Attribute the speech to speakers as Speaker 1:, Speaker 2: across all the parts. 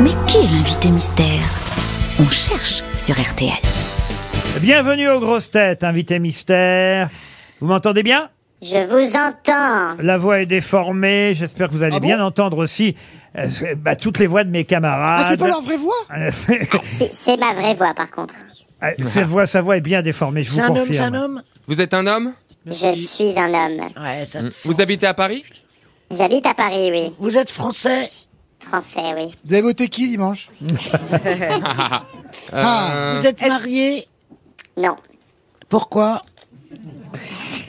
Speaker 1: Mais qui est l'invité mystère On cherche sur RTL.
Speaker 2: Bienvenue aux grosses têtes, invité mystère. Vous m'entendez bien
Speaker 3: Je vous entends.
Speaker 2: La voix est déformée. J'espère que vous allez
Speaker 4: Ah bon
Speaker 2: bien entendre aussi euh, bah, toutes les voix de mes camarades.
Speaker 4: Ah, c'est pas leur vraie voix
Speaker 3: C'est c'est ma vraie voix, par contre.
Speaker 2: Euh, cette voix, sa voix est bien déformée, je vous
Speaker 5: C'est un
Speaker 2: confirme.
Speaker 5: homme, c'est un homme
Speaker 6: Vous êtes un homme
Speaker 3: Je suis un homme.
Speaker 5: Ouais, ça se
Speaker 6: Vous
Speaker 5: sent.
Speaker 6: habitez à Paris
Speaker 3: J'habite à Paris, oui.
Speaker 5: Vous êtes français
Speaker 3: Français, oui.
Speaker 4: Vous avez voté qui dimanche Ah.
Speaker 6: Euh,
Speaker 5: Vous êtes marié
Speaker 3: Non.
Speaker 5: Pourquoi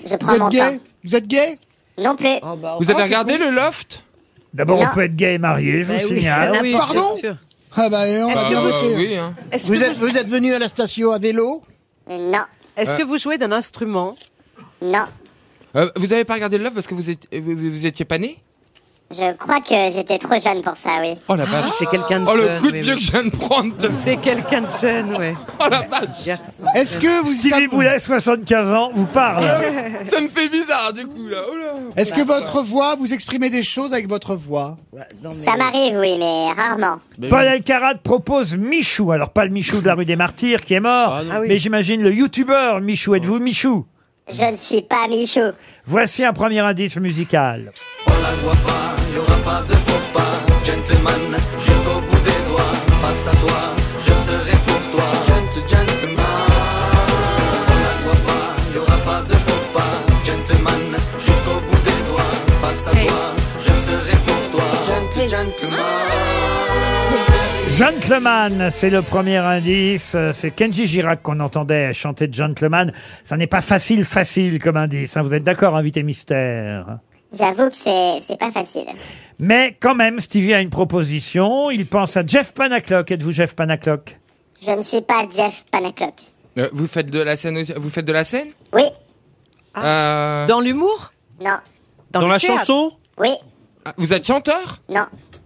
Speaker 3: Je
Speaker 4: Vous
Speaker 3: prends
Speaker 4: êtes
Speaker 3: mon temps.
Speaker 4: gay Vous êtes gay
Speaker 3: Non plus.
Speaker 7: Oh, bah,
Speaker 6: Vous avez regardé le loft
Speaker 2: D'abord,
Speaker 5: Ah.
Speaker 3: Non.
Speaker 2: on peut être gay et marié,
Speaker 7: bah
Speaker 5: Ben
Speaker 2: je vous signale.
Speaker 4: Pardon Ah bah on va
Speaker 7: Est-ce
Speaker 4: bien
Speaker 7: que
Speaker 6: Bah,
Speaker 4: voter.
Speaker 6: Oui, hein.
Speaker 7: Est-ce
Speaker 4: Vous
Speaker 7: que,
Speaker 4: êtes,
Speaker 7: vous,
Speaker 4: vous êtes venu à la station à vélo
Speaker 3: Non.
Speaker 7: est-ce que vous jouez d'un instrument
Speaker 3: Non.
Speaker 6: Euh, vous avez pas regardé le loft parce que vous, êtes- euh, vous, vous étiez pas né
Speaker 3: Je crois que j'étais trop jeune pour ça, oui.
Speaker 6: Oh la vache
Speaker 7: C'est quelqu'un de
Speaker 6: Oh
Speaker 7: jeune.
Speaker 6: le coup de
Speaker 7: oui,
Speaker 6: vieux
Speaker 7: oui.
Speaker 6: que je viens de prendre de-
Speaker 7: C'est quelqu'un de jeune, ouais.
Speaker 6: Oh la vache
Speaker 7: Garçon.
Speaker 4: Est-ce que vous Ah
Speaker 2: Stevie Boulet, 75 ans, vous parle.
Speaker 6: Ça me fait bizarre du coup là, oh là
Speaker 4: Est-ce que votre voix, vous exprimez des choses avec votre voix
Speaker 5: Ouais, non, mais-
Speaker 3: Ça m'arrive, oui, mais rarement.
Speaker 2: Paul Elkarat propose Michou. Alors, pas le Michou de la rue des Martyrs qui est mort,
Speaker 5: Ah oui.
Speaker 2: mais j'imagine le youtubeur Michou. Êtes-vous Michou
Speaker 3: Je ne suis pas Michou.
Speaker 2: Voici un premier indice musical. Gentleman, c'est le premier indice. Euh, C'est Kenji Girac qu'on entendait chanter Gentleman. Ça n'est pas facile, facile comme indice. hein. Vous êtes d'accord, invité mystère
Speaker 3: J'avoue que c'est c'est pas facile.
Speaker 2: mais quand même, Stevie a une proposition. Il pense à Jeff Panaclock. Êtes-vous Jeff Panaclock
Speaker 3: Je ne suis pas Jeff Panaclock.
Speaker 6: Euh, Vous faites de la scène aussi- Vous faites de la scène
Speaker 3: Oui.
Speaker 6: Euh,
Speaker 7: Dans l'humour
Speaker 3: Non.
Speaker 7: Dans, le théâtre
Speaker 3: Oui.
Speaker 6: ah, Vous êtes chanteur
Speaker 3: Non.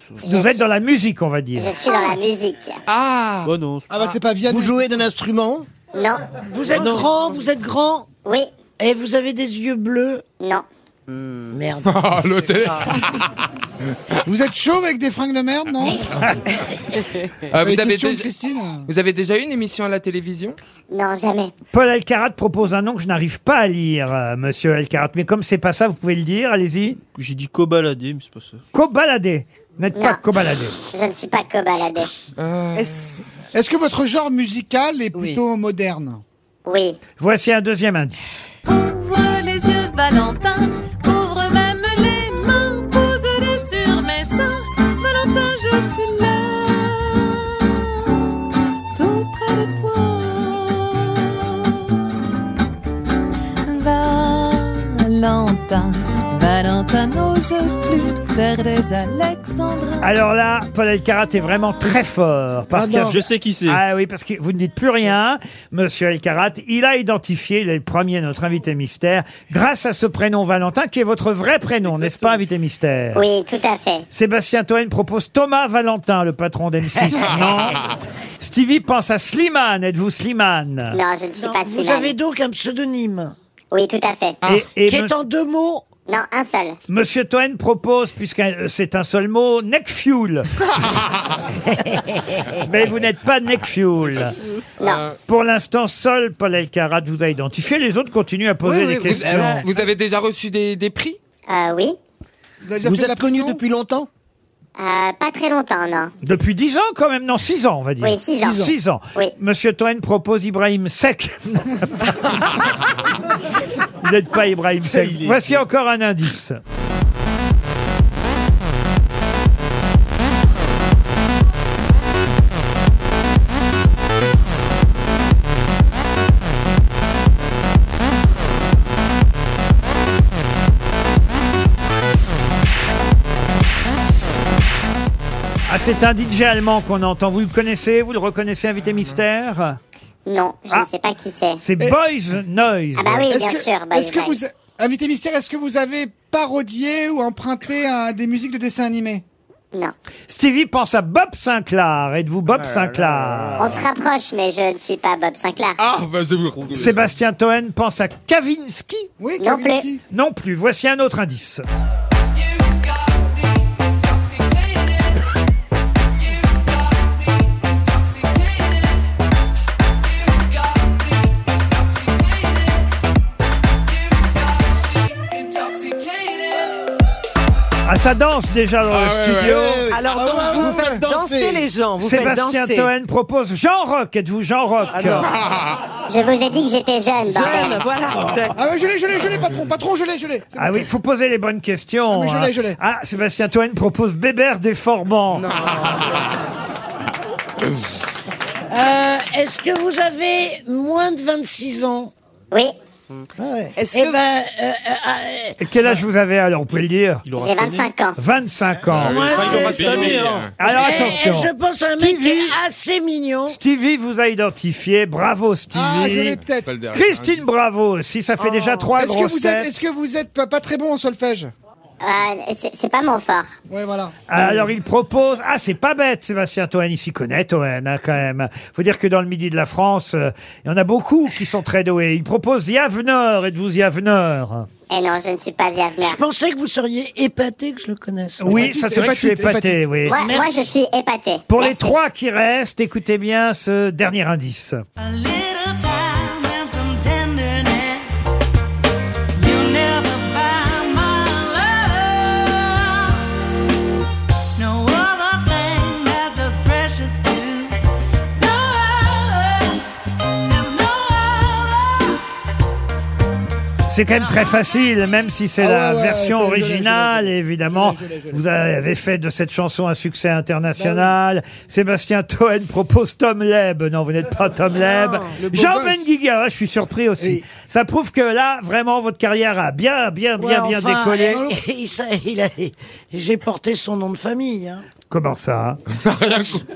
Speaker 2: Vous
Speaker 3: je,
Speaker 2: êtes dans la musique, on va dire.
Speaker 3: je suis dans la musique.
Speaker 6: Ah
Speaker 8: Oh
Speaker 4: Ah bah c'est pas Vianney. Vous jouez d'un instrument
Speaker 3: Non.
Speaker 5: Vous êtes grand, vous êtes grand
Speaker 3: Oui.
Speaker 5: et vous avez des yeux bleus.
Speaker 3: Non.
Speaker 5: Merde.
Speaker 6: Oh le télé
Speaker 4: Vous êtes chauve avec des fringues de merde, non
Speaker 6: Euh, vous,
Speaker 4: Les
Speaker 6: avez
Speaker 4: questions de
Speaker 6: déjà...
Speaker 4: Christine
Speaker 6: vous avez déjà eu une émission à la télévision
Speaker 3: Non, jamais.
Speaker 2: Paul Elkarat propose un nom que je n'arrive pas à lire, euh, monsieur Elkarat. Mais comme c'est pas ça, vous pouvez le dire, allez-y.
Speaker 8: J'ai dit cobaladé, mais c'est pas ça.
Speaker 2: Cobaladé. Vous N'êtes pas
Speaker 3: Non.
Speaker 2: cobaladé.
Speaker 3: Je ne suis pas cobaladé.
Speaker 6: Euh,
Speaker 7: Est-ce-
Speaker 4: Est-ce que votre genre musical est
Speaker 5: Oui.
Speaker 4: plutôt moderne
Speaker 3: Oui.
Speaker 2: Voici un deuxième indice.
Speaker 9: Ouvre les yeux, Valentin. Ouvre même les mains. Pose-les sur mes seins. Valentin, je suis là. Tout près de toi. Valentin. Valentin n'ose plus faire des alexandrins.
Speaker 2: Alors là, Paul Elkarat est vraiment très fort. Parce qu'il y a-
Speaker 8: Je sais qui c'est.
Speaker 2: Ah oui, parce que vous ne dites plus rien, monsieur Elkarat. Il a identifié, il est le premier, notre invité mystère, grâce à ce prénom Valentin, qui est votre vrai prénom, n'est-ce pas, invité mystère
Speaker 3: Oui, tout à fait.
Speaker 2: Sébastien Toen propose Thomas Valentin, le patron d'M6. non. Stevie pense à Slimane. Êtes-vous Slimane
Speaker 3: Non, je ne suis
Speaker 5: Non,
Speaker 3: pas
Speaker 5: vous
Speaker 3: Slimane.
Speaker 5: avez donc un pseudonyme
Speaker 3: Oui, tout à fait.
Speaker 6: Ah.
Speaker 2: Et, et
Speaker 5: qui est
Speaker 2: mon-
Speaker 5: en deux mots.
Speaker 3: Non, un seul.
Speaker 2: Monsieur Toen propose, puisque euh, c'est un seul mot, Neckfuel. Mais vous n'êtes pas Neckfuel.
Speaker 5: Euh,
Speaker 3: Non.
Speaker 2: Pour l'instant, seul Paul Elkarat vous a identifié. Les autres continuent à
Speaker 5: Oui,
Speaker 2: poser des
Speaker 5: oui, vous-
Speaker 2: questions.
Speaker 5: euh,
Speaker 6: Vous avez déjà reçu des, des prix
Speaker 3: Euh, oui.
Speaker 4: Vous, avez déjà fait de la prison
Speaker 5: longtemps
Speaker 3: Euh, pas très longtemps, non.
Speaker 2: Depuis 10 ans quand même, non, 6 ans on va dire.
Speaker 3: Oui, six ans.
Speaker 2: Six ans.
Speaker 3: Oui.
Speaker 2: Monsieur Toen propose Ibrahim Sek. Vous n'êtes pas Ibrahim Sek. Voici encore un indice. Ah, c'est un DJ allemand qu'on entend. Vous le connaissez Vous le reconnaissez, invité mystère
Speaker 3: Non, je
Speaker 2: Ah.
Speaker 3: ne sais pas qui c'est.
Speaker 2: C'est Boys Noise.
Speaker 3: Ah bah oui,
Speaker 4: Est-ce
Speaker 3: bien
Speaker 4: que-
Speaker 3: sûr. bah,
Speaker 4: Est-ce que
Speaker 3: Ibrahim.
Speaker 4: vous, invité mystère, est-ce que vous avez parodié ou emprunté à des musiques de dessins animés
Speaker 3: Non.
Speaker 2: Stevie pense à Bob Sinclair. Êtes-vous
Speaker 7: Ah
Speaker 2: Bob Sinclair
Speaker 3: On se rapproche, mais je ne suis pas Bob Sinclair.
Speaker 6: Ah bah je vous
Speaker 2: Sébastien Toen pense à Kavinsky
Speaker 4: Oui,
Speaker 3: Non plus.
Speaker 4: Kavinsky
Speaker 2: Non plus. Voici un autre indice.
Speaker 9: You got me intoxicated. You got
Speaker 2: Ah, ça danse déjà dans le
Speaker 6: Ah ouais,
Speaker 2: studio.
Speaker 7: Alors,
Speaker 6: Ah
Speaker 5: Ah
Speaker 7: donc, vous, faites danser. les gens. Vous
Speaker 2: Sébastien
Speaker 7: faites danser. Ah
Speaker 2: Toen propose Jean Rock. Êtes-vous Jean Rock
Speaker 3: Je vous ai dit que j'étais jeune,
Speaker 7: Jeune,
Speaker 3: bordel.
Speaker 7: voilà. exact.
Speaker 4: Ah ouais, je l'ai, je l'ai, je l'ai, patron, patron, je l'ai, je l'ai. C'est
Speaker 2: Ah oui, il faut poser les bonnes questions.
Speaker 4: Ah oui, je
Speaker 2: hein.
Speaker 4: l'ai, je l'ai.
Speaker 2: Ah, Sébastien Toen propose Bébert Ah, déformant.
Speaker 5: Euh, Est-ce que vous avez moins de 26 ans
Speaker 3: Oui,
Speaker 7: Est-ce
Speaker 5: Eh
Speaker 7: que
Speaker 5: ben, euh, euh,
Speaker 2: Et Quel âge vous avez alors Vous pouvez le dire.
Speaker 3: j'ai 25 ans.
Speaker 2: 25
Speaker 5: Ouais,
Speaker 2: ans.
Speaker 8: ils ont pas
Speaker 5: c'est-
Speaker 8: sonné, hein.
Speaker 2: Alors
Speaker 5: eh,
Speaker 2: attention.
Speaker 5: Je pense à un mec qui
Speaker 2: Stevie.
Speaker 5: est assez mignon.
Speaker 2: Stevie vous a identifié. Bravo Stevie.
Speaker 4: Ah, je l'ai peut-être.
Speaker 2: Christine Bravo aussi, ça fait déjà trois
Speaker 4: Est-ce que
Speaker 2: grosses
Speaker 4: vous êtes,
Speaker 2: têtes.
Speaker 4: est-ce que vous êtes pas, pas très bon en solfège
Speaker 3: Euh, c'est c'est pas mon fort.
Speaker 4: Ouais, voilà.
Speaker 2: Alors il propose, ah c'est pas bête Sébastien Toen, il s'y connaît Toen hein, quand même. Faut dire que dans le midi de la France, euh, il y en a beaucoup qui sont très doués. Il propose Yaveneur, êtes-vous Yaveneur
Speaker 3: Eh non, je ne suis pas Yaveneur.
Speaker 5: Je pensais que vous seriez épaté que je le connaisse.
Speaker 2: Oui,
Speaker 4: Hépatite,
Speaker 2: ça c'est vrai que je suis
Speaker 4: hépatite,
Speaker 2: épaté,
Speaker 4: hépatite.
Speaker 2: oui.
Speaker 3: Moi, moi, je suis épaté.
Speaker 2: Pour les trois qui restent, écoutez bien ce dernier indice.
Speaker 9: A little time and some tenderness. You never buy my love. No other thing that's as precious to no other. There's no other.
Speaker 2: C'est quand même très facile, même si c'est
Speaker 4: Ah
Speaker 2: la
Speaker 4: ouais, ouais,
Speaker 2: version
Speaker 4: c'est- je l'ai, je l'ai, je l'ai.
Speaker 2: originale, et évidemment.
Speaker 4: Je l'ai, je l'ai, Bah je l'ai.
Speaker 2: Vous avez fait de cette chanson un succès international. Sébastien Toen propose Tom Leb. Non, vous n'êtes pas Tom Leb.
Speaker 4: Ah, le beau
Speaker 2: Jean
Speaker 4: gosse.
Speaker 2: Benguigua, je suis surpris aussi.
Speaker 4: Oui.
Speaker 2: Ça prouve que là, vraiment, votre carrière a bien, bien, bien,
Speaker 5: Ouais,
Speaker 2: bien
Speaker 5: enfin,
Speaker 2: décollé.
Speaker 5: euh, il s'a- il a- J'ai porté son nom de famille. hein.
Speaker 2: Comment ça hein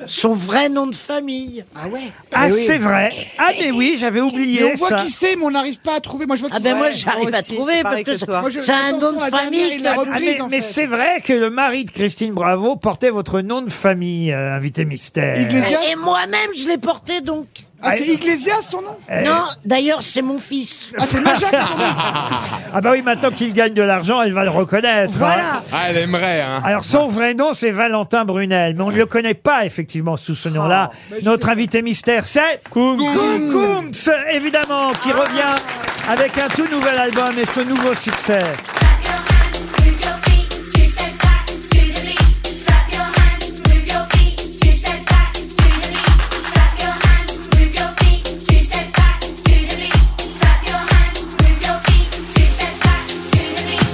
Speaker 5: Son vrai nom de famille.
Speaker 4: Ah ouais.
Speaker 2: Ah, c'est vrai. Ah, mais oui, j'avais oublié
Speaker 4: Mais on voit
Speaker 2: ça.
Speaker 4: qui c'est, mais on n'arrive pas à trouver. Moi, je vois qui
Speaker 5: Ah ben
Speaker 4: c'est.
Speaker 5: moi
Speaker 4: Ouais.
Speaker 5: j'arrive
Speaker 7: moi
Speaker 5: à
Speaker 7: aussi,
Speaker 5: trouver
Speaker 7: c'est
Speaker 5: parce
Speaker 7: pareil
Speaker 5: que
Speaker 7: que toi.
Speaker 4: Moi, je-
Speaker 5: c'est un
Speaker 4: la
Speaker 5: nom
Speaker 4: chanson,
Speaker 5: de
Speaker 4: la
Speaker 5: famille.
Speaker 4: dernière, il l'a
Speaker 5: que-
Speaker 2: Ah, mais
Speaker 4: reprise, en
Speaker 2: mais
Speaker 4: fait.
Speaker 2: c'est vrai que le mari de Christine Bravo portait votre nom de famille, euh, invité mystère.
Speaker 4: Iglesias.
Speaker 5: Et moi-même je l'ai porté donc.
Speaker 4: Ah,
Speaker 5: eh.
Speaker 4: c'est Iglesias son nom
Speaker 2: Eh.
Speaker 5: Non, d'ailleurs c'est mon fils.
Speaker 4: Ah, c'est Majak son nom
Speaker 2: Ah bah oui, maintenant qu'il gagne de l'argent, elle va le reconnaître. hein.
Speaker 6: Ah, elle aimerait, hein.
Speaker 2: Alors son vrai nom, c'est Valentin Brunel, mais on ne le connaît pas effectivement sous ce nom-là.
Speaker 4: Ah,
Speaker 2: Notre invité mystère, c'est Koum Koumts, évidemment, qui
Speaker 4: Ah.
Speaker 2: revient avec un tout nouvel album et ce nouveau succès.
Speaker 10: Clap your hands, move your feet, two steps back to the beat. Clap your hands, move your feet, two steps back to the beat. Clap your hands, move your feet, two steps back to the beat. Clap your hands, move your feet, two steps back to the beat.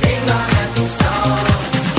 Speaker 11: Sing our happy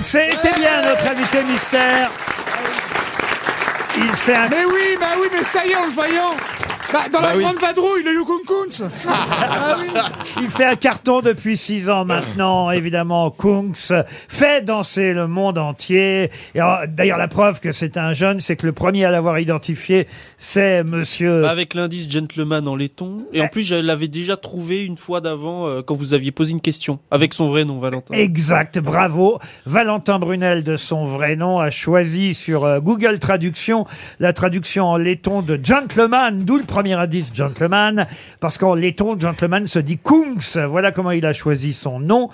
Speaker 2: C'était bien notre invité mystère. Il fait un
Speaker 4: Mais oui, bah oui, mais ça y est, en le voyant. Bah, dans la
Speaker 6: oui.
Speaker 4: grande vadrouille, le Lukunkuns. ah oui.
Speaker 2: Il fait un carton depuis six ans maintenant, évidemment. Kungs fait danser le monde entier. Et alors, D'ailleurs, la preuve que c'est un jeune, c'est que le premier à l'avoir identifié, c'est monsieur.
Speaker 8: Bah, Avec l'indice gentleman en laiton. Et en plus, je l'avais déjà trouvé une fois d'avant euh, quand vous aviez posé une question. Avec son vrai nom, Valentin.
Speaker 2: Exact, bravo. Valentin Brunel, de son vrai nom, a choisi sur euh, Google Traduction la traduction en laiton de gentleman, d'où le premier indice gentleman, parce qu'en laiton, gentleman se dit Kungs. Voilà comment il a choisi son nom.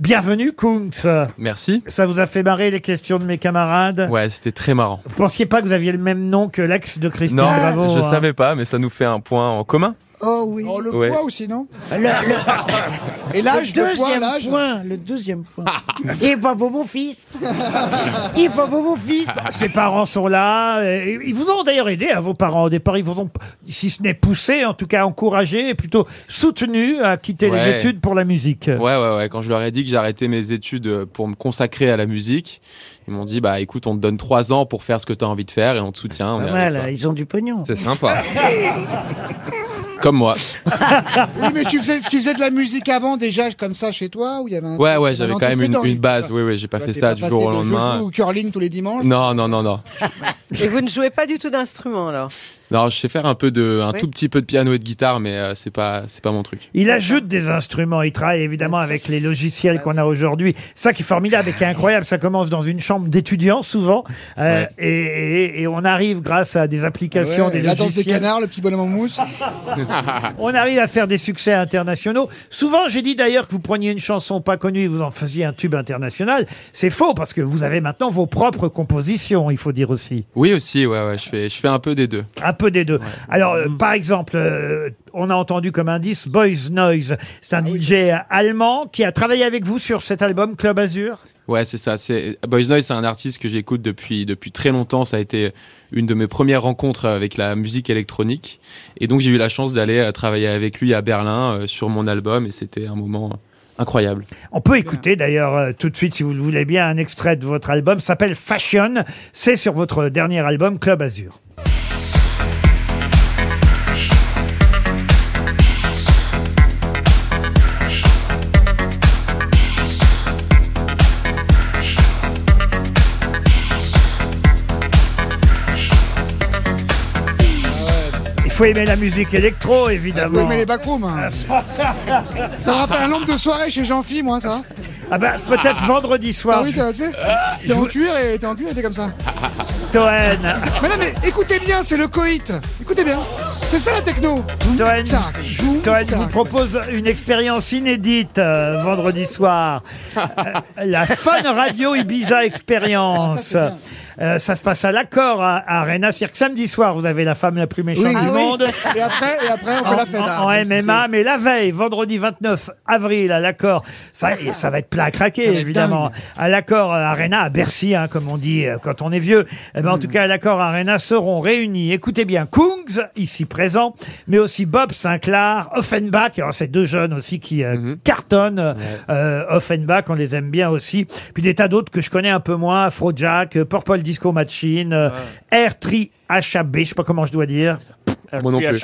Speaker 2: Bienvenue, Kungs.
Speaker 6: Merci.
Speaker 2: Ça vous a fait marrer les questions de mes camarades
Speaker 6: Ouais, c'était très marrant.
Speaker 2: Vous pensiez pas que vous aviez le même nom que l'ex de Christine
Speaker 6: Non,
Speaker 2: Bravo
Speaker 6: je
Speaker 2: hein.
Speaker 6: savais pas, mais ça nous fait un point en commun.
Speaker 5: Oh oui.
Speaker 4: Oh, le
Speaker 6: Ouais.
Speaker 4: poids aussi, non
Speaker 5: Le, le-
Speaker 4: Et
Speaker 5: le
Speaker 4: l'âge, le poids,
Speaker 5: deuxième
Speaker 4: l'âge.
Speaker 5: point, le deuxième point. Il est pas beau mon fils. Il est pas beau mon fils.
Speaker 2: Bah, Ses parents sont là. et ils vous ont d'ailleurs aidé, à vos parents, au départ. Ils vous ont, si ce n'est poussé, en tout cas encouragé et plutôt soutenu à quitter les
Speaker 6: Ouais.
Speaker 2: études pour la musique.
Speaker 6: Ouais, ouais, ouais. Quand je leur ai dit que j'arrêtais mes études euh, pour me consacrer à la musique, ils m'ont dit bah écoute, on te donne trois ans pour faire ce que t'as envie de faire et on te soutient. on est
Speaker 5: Pas
Speaker 6: avec
Speaker 5: mal,
Speaker 6: toi.
Speaker 5: ils ont du pognon.
Speaker 6: C'est sympa. Comme moi.
Speaker 4: Oui, mais tu faisais, tu faisais de la musique avant déjà, comme ça, chez toi, où il y avait un.
Speaker 6: Ouais, ouais, j'avais quand même une, une base. Oui, oui, j'ai pas
Speaker 4: T'as
Speaker 6: fait ça du jour au lendemain.
Speaker 4: Ou curling tous les dimanches.
Speaker 6: Non, non, non, non.
Speaker 7: Et vous ne jouez pas du tout d'instrument, alors
Speaker 6: Non, je sais faire un peu de, un
Speaker 7: Oui.
Speaker 6: tout petit peu de piano et de guitare, mais euh, c'est pas, c'est pas mon truc.
Speaker 2: Il ajoute des instruments. Il travaille évidemment avec les logiciels qu'on a aujourd'hui. Ça qui est formidable et qui est incroyable, ça commence dans une chambre d'étudiants souvent. euh,
Speaker 6: Ouais.
Speaker 2: et, et- et on arrive grâce à des applications,
Speaker 4: Ouais,
Speaker 2: des
Speaker 4: la danse des
Speaker 2: logiciels.
Speaker 4: canards, le petit bonhomme en mousse.
Speaker 2: On arrive à faire des succès internationaux. Souvent, j'ai dit d'ailleurs que vous preniez une chanson pas connue et vous en faisiez un tube international. C'est faux parce que vous avez maintenant vos propres compositions, il faut dire aussi.
Speaker 6: Oui aussi, ouais, ouais. Je fais, je fais un peu des deux.
Speaker 2: Un peu des deux. Alors, euh, par exemple, euh, on a entendu comme indice Boys Noise. C'est un DJ allemand qui a travaillé avec vous sur cet album Club Azur.
Speaker 6: Ouais, c'est ça. C'est Boys Noise, c'est un artiste que j'écoute depuis depuis très longtemps. Ça a été une de mes premières rencontres avec la musique électronique, et donc j'ai eu la chance d'aller euh, travailler avec lui à Berlin euh, sur mon album, et c'était un moment euh, incroyable.
Speaker 2: On peut écouter d'ailleurs euh, tout de suite, si vous le voulez bien, un extrait de votre album. Ça s'appelle Fashion. C'est sur votre dernier album Club Azur. Il faut aimer la musique électro,
Speaker 4: Vous
Speaker 2: évidemment.
Speaker 4: aimez les backrooms. hein. ça rappelle un nombre de soirées chez Jean-Phi, moi, ça.
Speaker 2: Ah bah, peut-être vendredi
Speaker 4: Ah
Speaker 2: soir,
Speaker 4: oui, ça, tu sais. T'es en cuir et t'es en cuir et t'es comme ça.
Speaker 2: Toen.
Speaker 4: Mais non, mais écoutez bien, c'est le coït. Écoutez bien. C'est ça la techno.
Speaker 2: Toen,
Speaker 4: Ça, joue,
Speaker 2: Toen
Speaker 4: ça.
Speaker 2: vous propose une expérience inédite euh, vendredi soir. Euh, la Fun Radio Ibiza Expérience.
Speaker 4: Ah, ça,
Speaker 2: Euh, ça se passe à l'accord à, à Arena. C'est-à-dire que samedi soir, vous avez la femme la plus méchante
Speaker 4: Oui.
Speaker 2: du
Speaker 4: Ah oui.
Speaker 2: monde
Speaker 4: Et après, et après, on fait
Speaker 2: en,
Speaker 4: la fête.
Speaker 2: en-
Speaker 4: Ah,
Speaker 2: en
Speaker 4: mais
Speaker 2: MMA. Mais la veille, vendredi 29 avril à l'accord, ça, et ça va être plein à
Speaker 4: Ah, Ça
Speaker 2: craquer,
Speaker 4: va être
Speaker 2: évidemment.
Speaker 4: dingue.
Speaker 2: À l'accord euh, Arena, à Bercy, hein, comme on dit euh, quand on est vieux.
Speaker 4: Hmm.
Speaker 2: Eh ben, En tout cas, à l'accord Arena seront réunis. Écoutez bien, Kungs, ici présent, mais aussi Bob Sinclair, Offenbach. Alors, c'est deux jeunes aussi qui euh,
Speaker 4: Hmm.
Speaker 2: cartonnent. euh, euh, Offenbach, on les aime bien aussi. Puis des tas d'autres que je connais un peu moins. Afrojack, euh, Purple Disco Machine, euh, Air Tri HAB, je sais pas comment je dois dire.
Speaker 6: Moi non plus.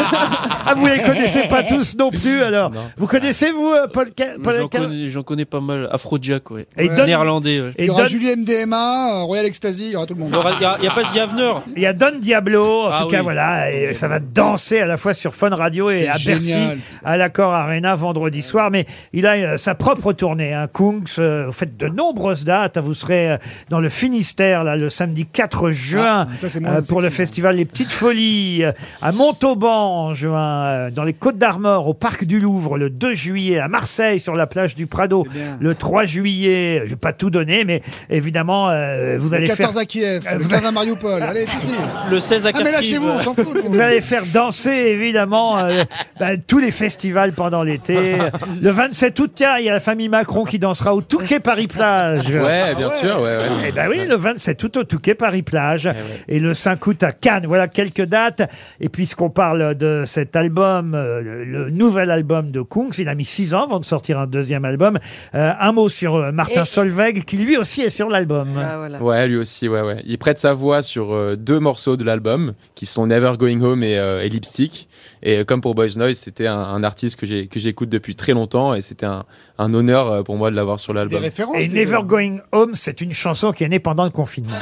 Speaker 2: Ah, vous les connaissez pas tous non plus, alors. Vous connaissez, vous, euh, Paul, Ca- Paul
Speaker 8: J'en
Speaker 2: Ca-
Speaker 8: connais, j'en connais pas mal. Afrojack, ouais.
Speaker 2: Et Don-
Speaker 8: Néerlandais, ouais.
Speaker 2: et
Speaker 4: Il y aura
Speaker 2: Don-
Speaker 4: Julie MDMA, euh, Royal Ecstasy, il y aura tout le
Speaker 8: Il y
Speaker 4: monde.
Speaker 8: aura- il y a, il y a pas The Avener.
Speaker 2: Il y a Don Diablo, en
Speaker 8: Ah
Speaker 2: tout cas,
Speaker 8: oui.
Speaker 2: voilà. Et ça va danser à la fois sur Fun Radio et
Speaker 4: C'est
Speaker 2: à
Speaker 4: génial.
Speaker 2: Bercy, à l'Accord Arena, vendredi soir. Mais il a euh, sa propre tournée, hein. Kungs, euh, vous faites de nombreuses dates. Vous serez euh, dans le Finistère, là, le samedi 4 juin, euh,
Speaker 4: Ah, ça, c'est moins
Speaker 2: pour le
Speaker 4: sexy, hein.
Speaker 2: festival Les Petites Folies, euh, à Montauban, en juin, euh, dans les Côtes d'Armor, au Parc du Louvre, le 2 juillet, à Marseille, sur la plage du Prado,
Speaker 4: C'est bien.
Speaker 2: le 3 juillet. Je vais pas tout donner, mais évidemment, euh, vous
Speaker 4: Le
Speaker 2: allez faire
Speaker 4: 14 à Kiev, le 15 à Mariupol. Allez, ici.
Speaker 8: Le 16 à
Speaker 4: Ah, mais
Speaker 8: Kharkiv.
Speaker 4: lâchez-vous, on s'en fout.
Speaker 2: Vous allez faire danser évidemment euh, bah, tous les festivals pendant l'été. Le 27 août, tiens, il y a la famille Macron qui dansera au Touquet Paris Plage. Ah
Speaker 6: Ouais, bien sûr, ouais, ouais.
Speaker 2: Eh ben oui, le 27 août au Touquet Paris Plage
Speaker 6: ouais.
Speaker 2: et le 5 août à Cannes. Voilà quelques dates. Et puisqu'on parle de cet album, euh, le, le nouvel album de Kungs, il a mis six ans avant de sortir un deuxième album. Euh, un mot sur euh, Martin
Speaker 6: Et-
Speaker 2: Solveig, qui lui aussi est sur l'album.
Speaker 7: Ah,
Speaker 6: Ouais, lui aussi, ouais, ouais. Il prête sa voix sur euh, deux morceaux de l'album, qui sont Never Going Home et, euh, et Lipstick. Et euh, comme pour Boys Noise, c'était un, un artiste que j'ai- que j'écoute depuis très longtemps, et c'était un, un honneur euh, pour moi de l'avoir sur l'album.
Speaker 2: Et Never Going Home, c'est une chanson qui est née pendant le confinement.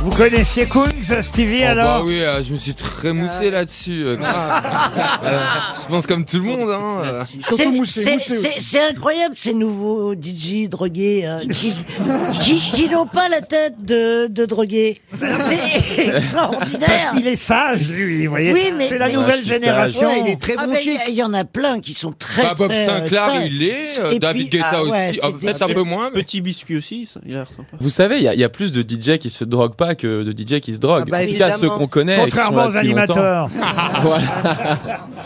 Speaker 2: Vous connaissiez Kungs, Stevie,
Speaker 11: Oh,
Speaker 2: alors
Speaker 11: bah oui, euh, je me suis très
Speaker 5: Ah.
Speaker 11: moussé là-dessus. euh, euh, je pense comme tout le monde. Hein, euh.
Speaker 5: C'est- c'est- C'est c'est incroyable ces nouveaux DJ drogués euh, qui, qui- qui n'ont pas la tête de, de drogués. C'est
Speaker 2: Parce
Speaker 5: extraordinaire.
Speaker 2: qu'il est sage, lui, vous voyez.
Speaker 5: Oui, mais
Speaker 2: C'est la
Speaker 5: mais-
Speaker 2: nouvelle génération.
Speaker 5: Bah, Ouais, Ah, mais Il y- il y en a plein qui sont très.
Speaker 11: Bah, Bob
Speaker 5: très, euh,
Speaker 11: Sinclair,
Speaker 5: sages.
Speaker 11: il est, euh,
Speaker 5: Et
Speaker 11: David
Speaker 5: puis-
Speaker 11: Guetta
Speaker 5: ah,
Speaker 11: aussi.
Speaker 5: ouais,
Speaker 11: Ah,
Speaker 5: c'est-
Speaker 11: peut-être un peu moins. mais-
Speaker 8: Petit biscuit aussi, ça, il a l'air sympa.
Speaker 6: Vous savez, il y, a- il y a plus de DJ qui se droguent pas que de DJ qui se
Speaker 5: Ah
Speaker 6: droguent.
Speaker 11: bah,
Speaker 6: en tout cas, ceux
Speaker 11: évidemment.
Speaker 6: qu'on connaît. et qui sont là
Speaker 2: Contrairement aux
Speaker 6: depuis longtemps.
Speaker 2: animateurs.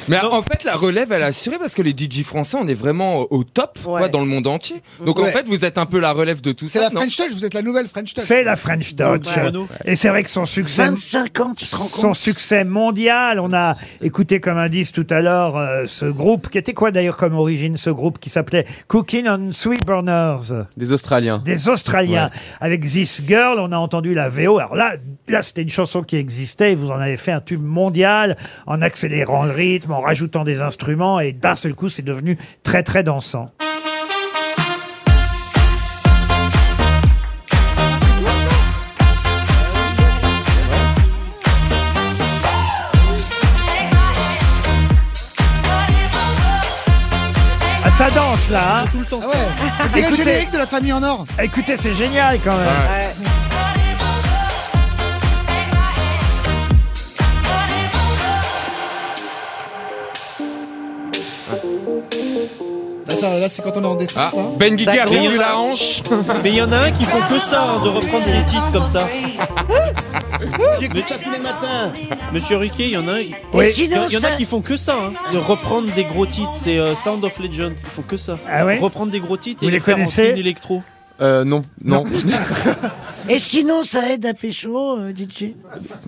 Speaker 11: Mais en fait, la relève, elle a assuré parce que les DJ français, on est vraiment au top quoi, dans le monde entier. Donc en
Speaker 4: Ouais.
Speaker 11: fait, vous êtes un peu la relève de tout
Speaker 4: C'est
Speaker 11: ça.
Speaker 4: la
Speaker 11: non
Speaker 4: French Touch, vous êtes la nouvelle French Touch.
Speaker 2: C'est la French Touch.
Speaker 4: Ouais, Renaud.
Speaker 2: Et c'est vrai que son succès.
Speaker 5: 25 ans, tu te rends compte
Speaker 2: Son succès mondial. On a écouté comme indice tout à l'heure euh, ce groupe, qui était quoi d'ailleurs comme origine, ce groupe qui s'appelait Cooking on Sweet Burners.
Speaker 6: Des Australiens.
Speaker 2: Des Australiens. Avec This Girl, on a entendu la VO. Alors là, là c'était une chanson qui existait et vous en avez fait un tube mondial en accélérant le rythme, en rajoutant des instruments et d'un seul coup, c'est devenu très très dansant. Ah, ça danse là. hein.
Speaker 4: Ah ouais. C'est le
Speaker 2: Écoutez.
Speaker 4: générique de la famille en or.
Speaker 2: Écoutez, c'est génial quand même.
Speaker 4: Là, ça- là, c'est quand on est en dessin.
Speaker 11: Ah,
Speaker 4: ça.
Speaker 6: hein.
Speaker 11: Ben Guigui a
Speaker 8: Mais il y
Speaker 11: perdu
Speaker 8: en a-
Speaker 11: la hanche.
Speaker 8: Mais il y en a un qui font que ça, hein, de reprendre des titres comme ça.
Speaker 12: J'écoute ça tous les matins.
Speaker 8: Monsieur Ruquier, il y en a, il
Speaker 2: Oui.
Speaker 8: il y, en- il y en a
Speaker 2: Sinon, ça-
Speaker 8: qui font que ça, hein, de reprendre des gros titres. C'est euh, Sound of Legend, ils font que ça.
Speaker 2: Ah ouais
Speaker 8: reprendre des gros titres
Speaker 6: Vous
Speaker 8: et les
Speaker 6: les
Speaker 8: faire en
Speaker 6: connaissez
Speaker 8: spin électro.
Speaker 6: Euh, non, non,
Speaker 5: Et sinon, ça aide à pécho, euh, DJ.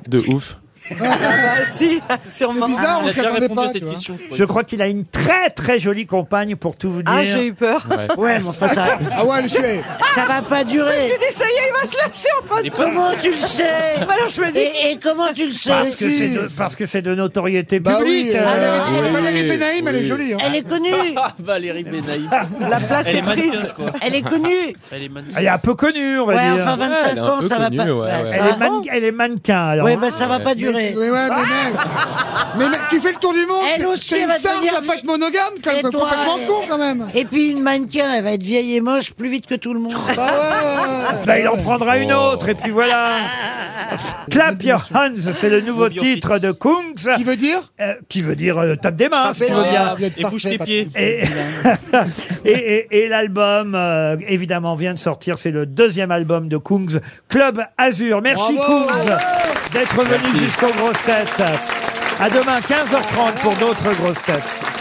Speaker 6: de ouf.
Speaker 5: si,
Speaker 7: Ah bah, sûrement.
Speaker 12: Ah,
Speaker 4: bizarre,
Speaker 8: on s'y attendait pas, tu vois.
Speaker 2: Je crois qu'il a une très très jolie compagne pour tout vous dire.
Speaker 7: Ah, j'ai eu peur.
Speaker 6: Ouais.
Speaker 5: Ouais, mais enfin, ça,
Speaker 4: Ah ouais, je suis.
Speaker 5: ça va pas durer.
Speaker 7: Tu dis ça y est, il va se lâcher en fin de compte.
Speaker 5: Comment tu le sais
Speaker 7: Bah alors je me dis.
Speaker 5: et, et comment tu le sais
Speaker 2: Parce que c'est de, parce que c'est de notoriété publique.
Speaker 4: Bah oui,
Speaker 2: euh,
Speaker 4: Valérie, Valérie
Speaker 6: oui,
Speaker 4: Benaïm, elle est
Speaker 6: oui.
Speaker 4: jolie. hein.
Speaker 5: Elle est connue,
Speaker 8: Valérie Benaï.
Speaker 7: La place
Speaker 8: Ah, Elle
Speaker 7: est
Speaker 8: est
Speaker 7: prise.
Speaker 8: mannequin, je crois.
Speaker 5: elle est connue.
Speaker 8: Elle est mannequin.
Speaker 2: Elle est un peu connue, on va
Speaker 5: Ouais,
Speaker 2: dire.
Speaker 5: enfin 25
Speaker 6: elle est un
Speaker 5: ans,
Speaker 6: peu
Speaker 5: ça va
Speaker 6: connue,
Speaker 5: pas.
Speaker 6: ouais,
Speaker 5: ouais,
Speaker 6: ouais.
Speaker 5: ça
Speaker 2: elle,
Speaker 5: va.
Speaker 2: est man- elle est mannequin, alors. hein.
Speaker 5: Ouais, bah ça va pas durer.
Speaker 4: Mais, mais ouais, mais mec. Mais mec, tu fais le tour du monde.
Speaker 5: Elle aussi,
Speaker 4: C'est
Speaker 5: elle
Speaker 4: une
Speaker 5: va
Speaker 4: star de
Speaker 5: devenir
Speaker 4: la
Speaker 5: vie-
Speaker 4: fête monogame, quand
Speaker 5: Et
Speaker 4: même,
Speaker 5: toi,
Speaker 4: complètement
Speaker 5: elle-
Speaker 4: con quand même.
Speaker 5: Et puis une mannequin, elle va être vieille et moche plus vite que tout le monde.
Speaker 4: Ah ouais, ouais, ouais.
Speaker 2: Bah, il en prendra une
Speaker 6: Oh.
Speaker 2: autre, et puis voilà. Clap Your Hands, c'est le nouveau
Speaker 8: Move your
Speaker 2: titre
Speaker 8: feet.
Speaker 2: de Kungs,
Speaker 4: Qui veut dire
Speaker 2: euh, qui veut dire euh, tape des mains, si tu veux bien.
Speaker 4: Ah, vous êtes
Speaker 8: Et
Speaker 4: parfait,
Speaker 8: bouge tes
Speaker 4: Patrick.
Speaker 8: pieds.
Speaker 2: Et, et, et- et l'album, euh, évidemment, vient de sortir. C'est le deuxième album de Kungs, Club Azur. Merci
Speaker 4: Bravo.
Speaker 2: Kungs d'être venu jusqu'aux grosses têtes. À demain, 15h30 pour d'autres grosses têtes.